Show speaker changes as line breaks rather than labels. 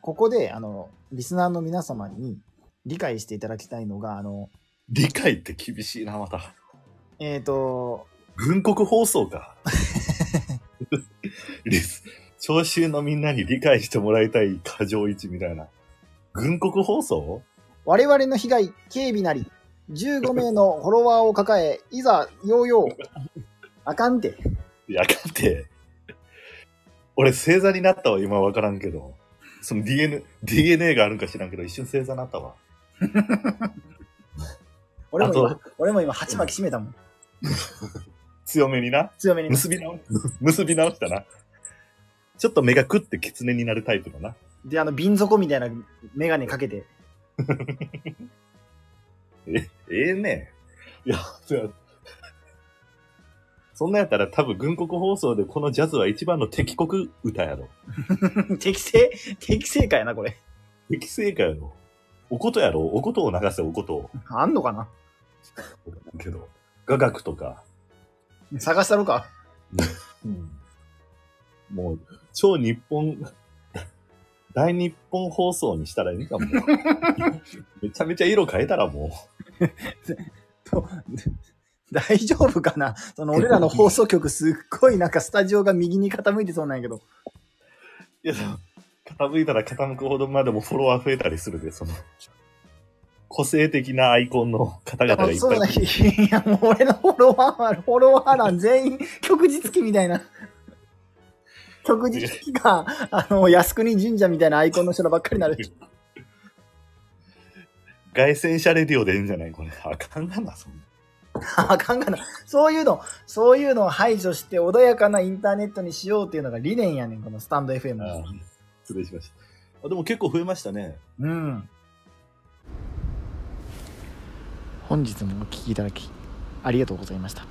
ここで、あの、リスナーの皆様に理解していただきたいのが、あの、
理解って厳しいな、また。
えっ、と、
軍国放送か。リス、聴衆のみんなに理解してもらいたい過剰位置みたいな。軍国放送
我々の被害、警備なり、15名のフォロワーを抱え、いざ、ヨーヨー。あかんて。
いや、だって、俺星座になったわ、今わからんけど。その DNA、DNA があるんか知らんけど、一瞬星座になったわ。
俺も
あ
今、俺も今、鉢巻き締めたもん。
強めにな。
強めに。
結び直、結び直したな。ちょっと目がくって狐になるタイプのな。
で、あの、瓶底みたいなメガネかけて。
ええね。いや、じゃあそんなんやったら多分軍国放送でこのジャズは一番の敵国歌やろ。
適正、適正かやな、これ。
適正かやろ。おことやろ。おことを流せ、おことを。
あんのかな
けど、雅楽とか。
探したろか。
もう、超日本、大日本放送にしたらいいんか もう。めちゃめちゃ色変えたらも
と大丈夫かなその俺らの放送局すっごいなんかスタジオが右に傾いてそうなんやけど。
う。いや、傾いたら傾くほどまでもフォロワー増えたりするで、その、個性的なアイコンの方々がいっ
そう
ぱ
だ
い。
いや、もう俺のフォロワー、フォロワー欄全員曲字付きみたい な。曲字付きが、あの、靖国神社みたいなアイコンの人らばっかりに なる。
外戦車レディオでいいんじゃないこれ。あかんがな、そんな。
あかんがな。そういうの、そういうのを排除して穏やかなインターネットにしようっていうのが理念やねん、このスタンド FM
あ
の。
失礼しました。あでも結構増えましたね。
うん。本日もお聞きいただき、ありがとうございました。